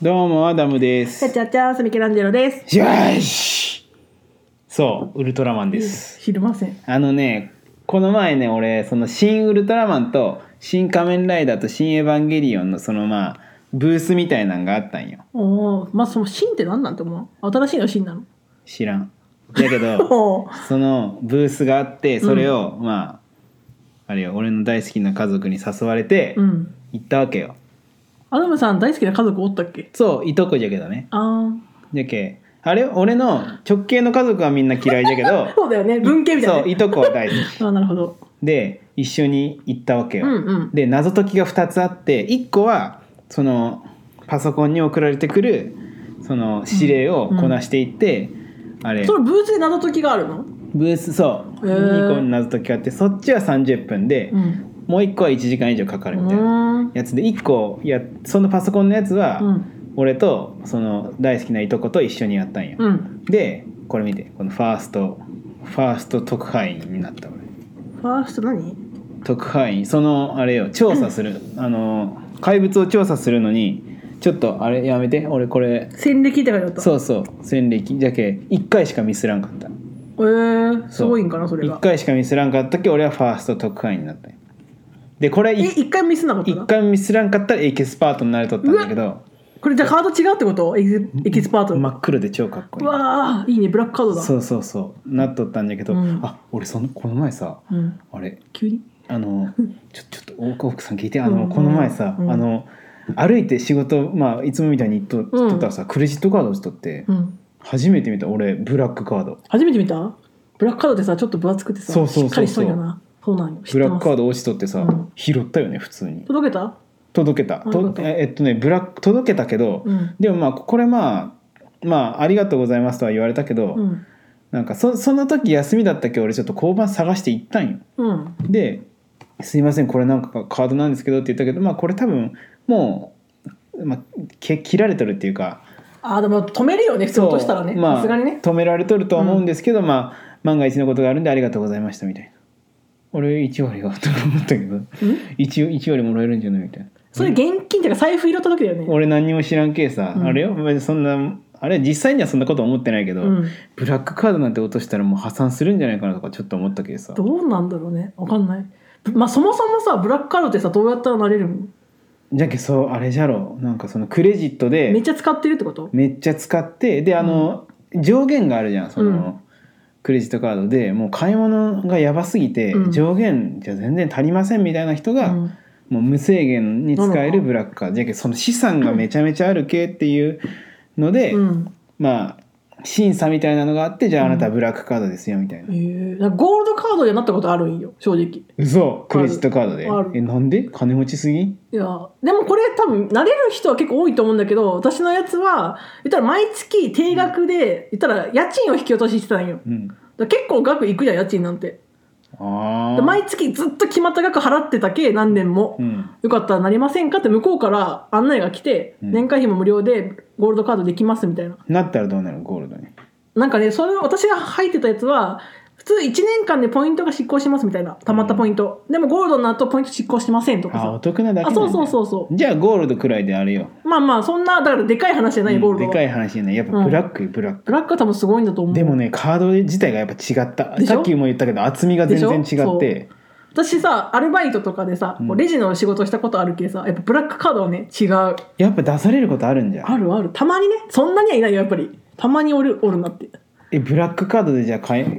どうもアダムでチャすチャチャスミケランジェロです。よしそうウルトラマンです、知りません。あのねこの前ね俺その「新ウルトラマン」と「新仮面ライダー」と「新エヴァンゲリオン」のそのまあブースみたいなんがあったんよおお、まあその新って何なんて思う？新しいの新なの？知らんだけ どおーそのブースがあってそれを、まああれよ俺の大好きな家族に誘われてうん。行ったわけよ、アダムさん大好きな家族おったっけ？そういとこじゃけどねあじゃけあれ俺の直系の家族はみんな嫌いじゃけどあ。そうだよね。 文系みたいなそうね。いとこは大好きああ、なるほど。で一緒に行ったわけうよ、んうん。で謎解きが2つあって1個はそのパソコンに送られてくるその指令をこなしていって、あれそのブーツで謎解きがあるの？ブースそう、へー2個の謎解きがあってそっちは30分で、うん。もう1個は1時間以上かかうるみたいなーん。やつで1個やそのパソコンのやつは、うん。俺とその大好きないとこと一緒にやったんよ、うん。でこれ見てこのファーストファースト特派員になった俺ファースト何？特派員そのあれよ調査するあの怪物を調査するのにちょっとあれやめて俺これ戦歴って書いてあった。そうそう戦歴じゃけ1回しかミスらんかったええー、すごいんかなそれ1が。回しかミスらんかったけ俺はファースト特派員になったんよでこれえ、一回ミスんなかった1な。回ミスらんかったらエキスパートになれとったんだけどこれじゃあカード違うってこと？エキスエキスパート。真っ黒で超かっこいういわあ、いいね。ブラックカードだ。そうそうそうなっとったんだけど、うんあ俺そのこの前さうん。あれ急に。あ のちょちょっと奥奥さん聞いてあの、うんこの前さ、うんあの歩いて仕事、まあ、いつもみたいに行っと行っうんとったらさ、クレジットカード落ちとって、うん。初めて見た俺ブラックカード初めて見たブラックカードってさちょっと分厚くてさそうそうそうそうしっかりしとんよなそうなんよ知ってブラッまクすカード落ちとってさ、うん拾ったよね普通に届けた届けたあよかとったええっとねブラック届けたけど、うんでもまあこれまあまあありがとうございますとは言われたけど、うんなんかそその時休みだったっけ俺ちょっと交番探して行ったんようんで「すいませんこれなんかカードなんですけど」って言ったけどまあこれ多分もう、まあ、け切られとるっていうかあーでも止めるよね普通そう落としたらねまあさすがにね止められとるとは思うんですけど、まあ万が一のことがあるんでありがとうございましたみたいな俺1割がと思ったけどうん一応1割もらえるんじゃないみたいなそれ現金っていうか財布拾った時だよね俺何にも知らんけさ、うんあれよ別にそんなあれ実際にはそんなこと思ってないけど、うんブラックカードなんて落としたらもう破産するんじゃないかなとかちょっと思ったけどさどうなんだろうねわかんないまあそもそもさブラックカードってさどうやったらなれるのじゃけそうあれじゃろなんかそのクレジットでめっちゃ使ってるってことめっちゃ使ってであの、上限があるじゃんその、うんクレジットカードでもう買い物がやばすぎて、うん上限じゃ全然足りませんみたいな人うが、んもう無制限に使えなのるかブラックカードじゃけどその資産がめちゃめちゃある系っていうので、うんまあ審査みたいなのがあってじゃああうんなたブラックカードですよみたいな、えー、なんかゴールドカードにはなったことあるんよ正直い嘘クレジットカードであるえなんで金持ちすぎやでもこれ多分慣れる人は結構多いと思うんだけど私のやつは言ったら毎月定額で言ったら家賃を引き落とししてたんようんだから結構額いくじゃん家賃なんてあだかあら毎月ずっと決まった額払ってたけ何年も、うんよかったらなりませんかって向こうから案内が来て、うん年会費も無料でゴールドカードできますみたいななったらどうなるゴールドになんかねそれ私が入ってたやつは普通1年間でポイントが失効しますみたいなたまったポイント、でもゴールドになるとポイント失効しませんとかあおさ得なだけなあんだそうそうそうそじゃあゴールドくらいであれようまあまあそんなだからでかい話じゃない、うんゴールドはでかい話ねやっぱブラックよブラック、ブラックは多分すごいんだと思うでもねカード自体がやっぱ違ったでしょさっきも言ったけど厚みが全然でしょ違って私さアルバイトとかでさ、こうレジの仕事したことあるけどさやっぱブラックカードはね違うやっぱ出されることあるんじゃんあるあるたまにねそんなにはいないよやっぱりたまにおるおるなってえブラックカードでじゃあ買え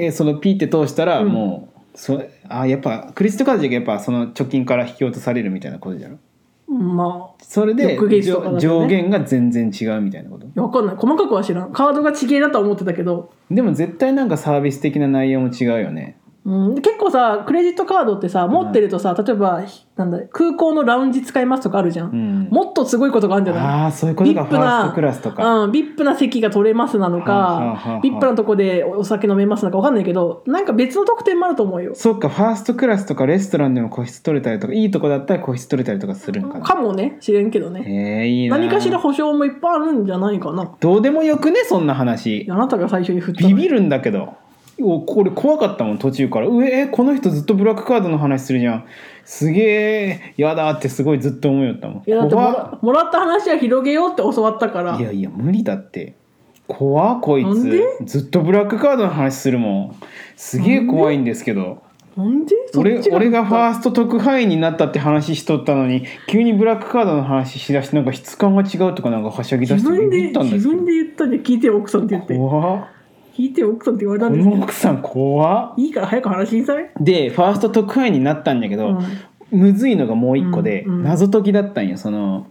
えそのピーって通したらもう、そあやっぱクレジットカードじゃやっぱその貯金から引き落とされるみたいなことじゃろまそれで翌月とかだと上ね上限が全然違うみたいなことあわかんない細かくは知らんカードが地形だとは思ってたけど、でも絶対なんかサービス的な内容も違うよねうん、で結構さクレジットカードってさ持ってるとさ、例えばひなんだ空港のラウンジ使いますとかあるじゃん、うんもっとすごいことがあるんじゃないああそういうことビかッフプァースなトクラスとかうん、ビップな席が取れますなのか、はあはあはあビップなとこでおお酒飲めますなのかわかんないけどなんか別の特典もあると思うよそっかファーストクラスとかレストランでも個室取れたりとかいいとこだったら個室取れたりとかするんかなかもね知れんけどえねー、いいな何かしら保証もいっぱいあるんじゃないかなどうでもよくねそんな話あなたが最初に振ったのビビるんだけどおこれ怖かったもん途中から「うえこの人ずっとブラックカードの話するじゃんすげえやだ」ってすごいずっと思いよったもんいやだっても怖っらもらった話は広げようって教わったからいやいや無理だって怖っこいなんでつずっとブラックカードの話するもんすげえ怖いんですけどなんでそっ俺ち俺がファーースト特派員になったって話しとったのに急にブラックカードの話しだしてなんか質感が違うとかなんかはしゃぎだし自て分ビビでったんで自すけ分で言ったんで聞いてよ奥さんって言ってど怖っ聞いてよ奥さんって言われたこんですけのど奥さん怖っいいから早く話しなさい、でファースト特派員になったんだけど、うんむずいのがもう一個で、うんうん謎解きだったんよその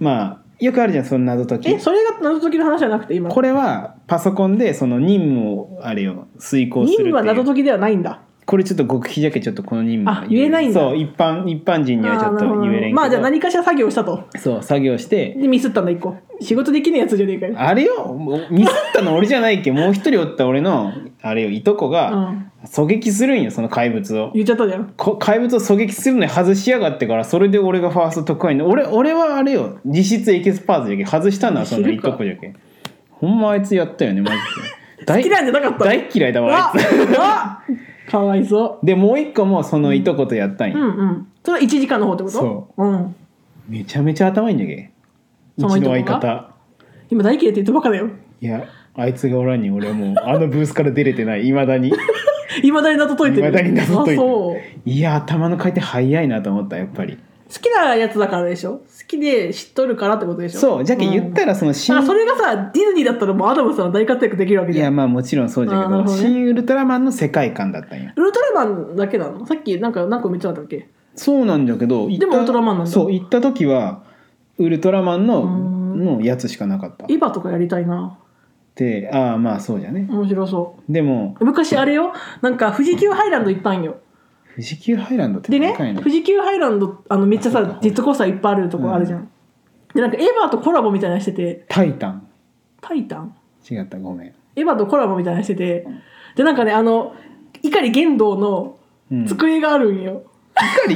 まあよくあるじゃんその謎解えきそれが謎解きの話じゃなくて今これはパソコンでその任務をあれよ遂行するっていう任務は謎解きではないんだこれちょっと極秘じゃけちょっとこの任務はあ言えないんだそう一般一般人にはちょっあーなるほとど言えれんけどまあじゃあ何かしら作業したとそう作業してでミスったんだ一個仕事できねえやつじゃねえかよあれよもうミスったの俺じゃないっけもう一人おった俺のあれよいとこうがん狙撃するんよその怪物を言っちゃったじゃんこ怪物を狙撃するのに外しやがってからそれで俺がファースト特派員で俺俺はあれよ実質エキスパートじゃけ外したのはそのいとこじゃけほんまあいつやったよねマジで 好大きなんじゃなかった大嫌いだわわあいつわかわいそでもう一個もそのいとことやったんううよ、んうんそれは1時間の方ってこと、そううん、めちゃめちゃ頭いいんじゃけうちそのいとのこが相方今大嫌いって言ったばっかだよいやあいつがおらんに俺はもうあのブースから出れてないいまだにいまだに謎解いてる未だに謎解いてるあそう好いや頭の回転早いなと思ったやっぱりきなやつだからでしょ好きで知っとるからってことでしょそうじゃけ言ったらそのだ新からそれがさディズニーだったらもうアダムさんは大活躍できるわけいじゃやんまあもちろんそうじゃけあーなどるほどね新ウルトラマンの世界観だったんよウルトラマンだけなのさっきなんか何個見ちゃったっけそうなんだけど行ったでもウルトラマンなんだそう行った時はウルトラマンのうーんのやつしかなかったエヴァとかやりたいなでああまあそうじゃね面白そうでも昔あれよなんか富士急ハイランド行ったんよ富士急ハイランドってででねかいね富士急ハイランドあのめっちゃあそうかさジェットコースターいっぱいあるとこあるじゃん、でなんかエヴァとコラボみたいなのしててタイタン「タイタン違ったごめん、エヴァとコラボみたいなのしててでなんかねあの碇玄道のうん、光机があるんよ、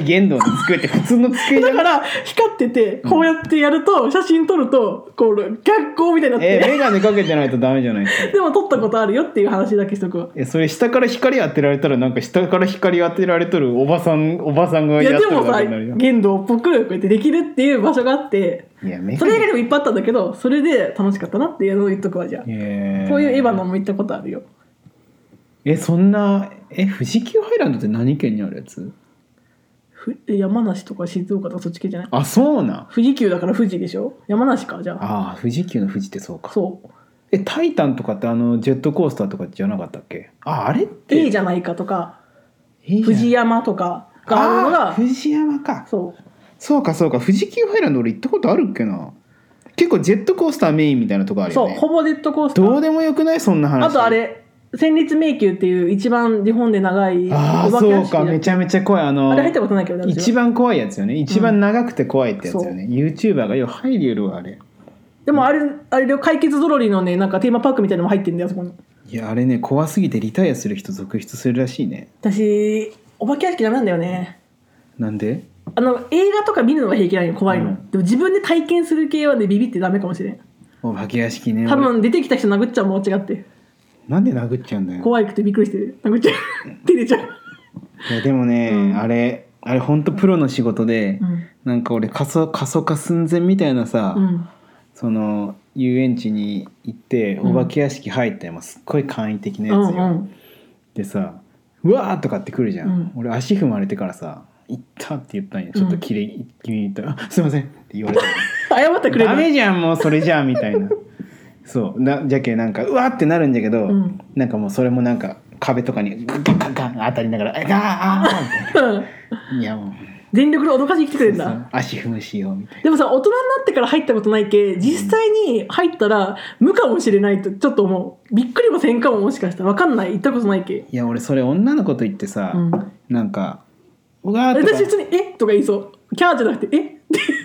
玄道の机って普通の 机じゃなだかいら光っててうんこうやってやると写真撮るとこう学校みたいになっえー、て、眼鏡かけてないとダメじゃないですかでも撮ったことあるよっていう話だけしとくわえそれ下から光当てられたらなんか下から光当てられとるおばさんおばさんがいややっでとるもださけになるよ玄道っぽくこうやってできるっていう場所があっていや眼それ以鏡外にもいっぱいあったんだけどそれで楽しかったなっていうのを言っとくわじゃあえーそういうエヴァのも行ったことあるよえそんなえ富士急ハイランドって何県にあるやつふ山梨とか静岡とかそっち系じゃないあそうなん富士急だから富士でしょ山梨かじゃあああ富士急の富士ってそうかそうえタイタンとかってあのジェットコースターとかじゃなかったっけああれっていいじゃないかとかいいじゃん富士山とかがあるのあがー富士山かそそうかそうか富士急ハイランド俺行ったことあるっけな結構ジェットコースターメインみたいなとこあうるそようねほぼジェットコースターどうでもよくないそんな話あとあれ戦慄迷宮っていう一番日本で長いああお化けそ屋う敷かめにちゃめちゃ怖いあのあれ入ったことないけど私は一番怖いやつよね一番長くて怖いってやつよね、YouTuber がよう入りよるわあれでもあれあれで解決ぞろりのねなんかテーマパークみたいなのも入ってんだよそこにいやあれね怖すぎてリタイアする人続出するらしいね私お化け屋敷ダメなんだよねなんであの映画とか見るのが平気なんよ怖いうの、んでも自分で体験する系はねビビってダメかもしれんお化け屋敷ね多俺分出てきた人殴っちゃうもん違ってなんで殴っちゃうんだよ怖いくてびっくりして殴っちゃう 手出ちゃう、いやでもね、うんあれあれほんとプロの仕事で、うんなんか俺過疎過疎化寸前みたいなさ、うん、その遊園地に行ってうおん化け屋敷入ったよ、もうすっごい簡易的なうやんつよ、うんでさ「うわ!」とかってくるじゃん、うん俺足踏まれてからさ「行った!」って言ったんよちょっときれい気に入ったらあ「すいません」って言われた謝 ってくれダるメじゃんもうそれじゃんみたいなそうなじゃけなんかうわってなるんだけど、うんなんかもうそれもなんか壁とかにガンガンガン当たりながら「あああーあー」みたいなうんいやもう全力で脅かしに来てくれるんだそう足踏むしようみたいなでもさ大人になってから入ったことないけ実際に入ったら無かもしれないとちょっと思うびっくりもせんかももしかしたら分かんない行ったことないけ、いや俺それ女の子と言ってさ、うん、なんか「うわ」と私か別に「えとか言いそうキャーじゃなくて「えって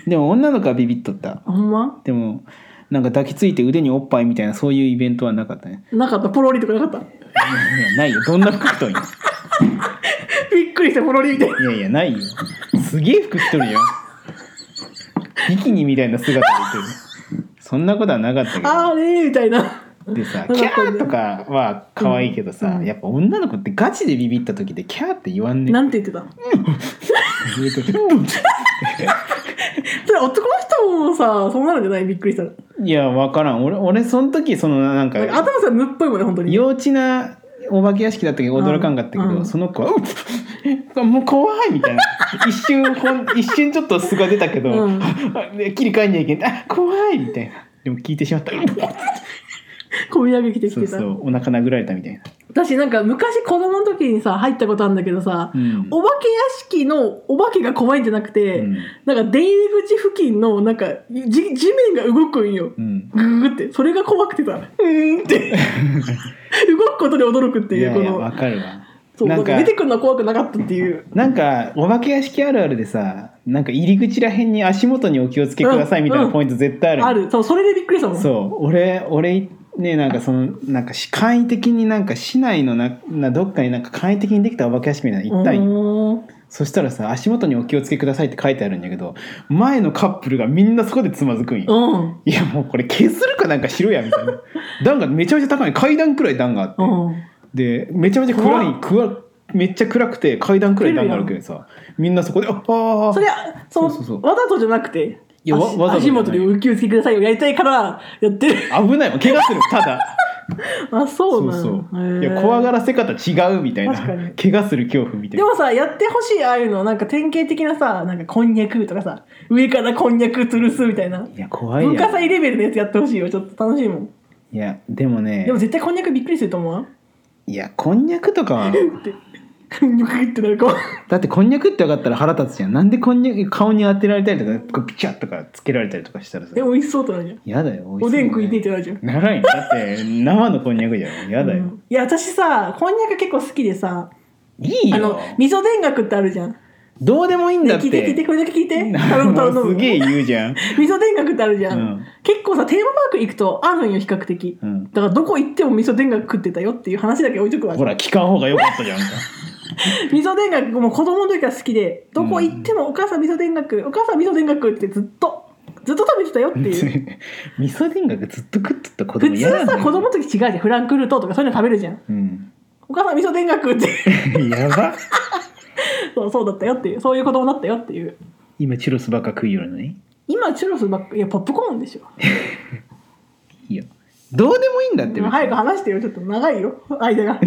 でも女の子はビビっとったほんまでもなんか抱きついて腕におっぱいみたいなそういうイベントはなかったねなかった ポロリとかなかっいやないよどんな服着とんよたびっくりしてポロリみたいないやいやないよすげえ服着とるよビキニみたいな姿で着てるそんなことはなかったけどあーねーみたいなでさかキャーとかは可愛いけどさ、うんうんやっぱ女の子ってガチでビビった時でキャーって言わんねなんて言ってた言うとうんそれ男の人もさそうなるんじゃないびっくりしたらいや分からん俺俺その時そのなんかなんか頭さ無っぽいもんね本当に幼稚なお化け屋敷だったけど驚かんかったけど、うんその子は「うんもう怖い」みたいな一瞬ほ ん一瞬ちょっと素が出たけど、うんあで切り替えにゃいけんあ怖いみたいなでも聞いてしま ったうん込み上げてきそてうたそうお腹殴られたみたいな、私なんか昔子供の時にさ入ったことあるんだけどさ、うんお化け屋敷のお化けが怖いんじゃなくて、うんなんか出入り口付近のなんかじ地面が動くんよ、うん、グーってそれが怖くてさ うーんって動くことに驚くっていいうやこいやの分かるわそうななんんかか出てくるのは怖くなかったっていうなんかお化け屋敷あるあるでさなんか入り口らへんに足元にお気をつけくださいみたいなポイント絶対ある、あるそうそれでびっくりしたもんそう俺俺ねなんかそのなんかし簡易的になんか市内のななどっかになんか簡易的にできたお化け屋敷みたいなの行ったんよおーそしたらさ足元にお気をつけくださいって書いてあるんだけど前のカップルがみんなそこでつまずくんよ、うんいやもうこれ削るかなんかしろやみたいな 段がめちゃめちゃ高い階段くらい段があって、うんでめちゃめちゃ暗いくわめっちゃ暗くて階段くらい段があるけどさみんなそこで「ああーそれはそのそうそうそうわざとじゃなくていやわ足わざとじゃな足い元でお気をつけくださいよやりたいからやってる 危ないもん怪我するただあそそううなそういや怖がららせ方違うみたいな確かに怪我する恐怖みたいでなもさやってほしいああいうのなんか典型的なさなんかこんにゃくとかさ上からこんにゃく吊るすみたいないや怖いやん文化祭レベルのやつやってほしいよちょっと楽しいもんいやでもねでも絶対こんにゃくびっくりすると思う わいやこんにゃくとか はってこんにゃくってなるかもだってこんにゃくって分かったら腹立つじゃんなんでこんにゃく顔に当てられたりとかこうピチャッとかつけられたりとかしたらさえ美味しそうとなるじゃんやだよ美味しおでん食いていてってなるじゃん長いんだって生のこんにゃくじゃんやだよ、うんいや私さこんにゃく結構好きでさいいあよの味噌田楽ってあるじゃんどうでもいいんねだっ聞いて聞いててこれだけ聞いて頼む頼むもう頼すむげえ言うじゃん味噌田楽ってあるじゃん、うん結構さテーマパーク行くとあるんよ比較的、うんだからどこ行っても味噌田楽食ってたよっていう話だけ置いとくわほら聞かん方が良かったじゃんか味噌田楽もう子供の時から好きでどこ行ってもお母さん味噌田楽、お母さん味噌田楽ってずっとずっと食べてたよっていう 味噌田楽ずっと食っとった子普供嫌な通んださよ子供の時違うじゃんフランクフルトとかそういうの食べるじゃんうんお母さん味噌田楽って やばそうそうだったよっていうそういう子供だったよっていう今チュロスばっか食いよるのに今チュロスばっかいやポップコーンでしょいいよどうでもいいんだって別に早く話してよちょっと長いよ間が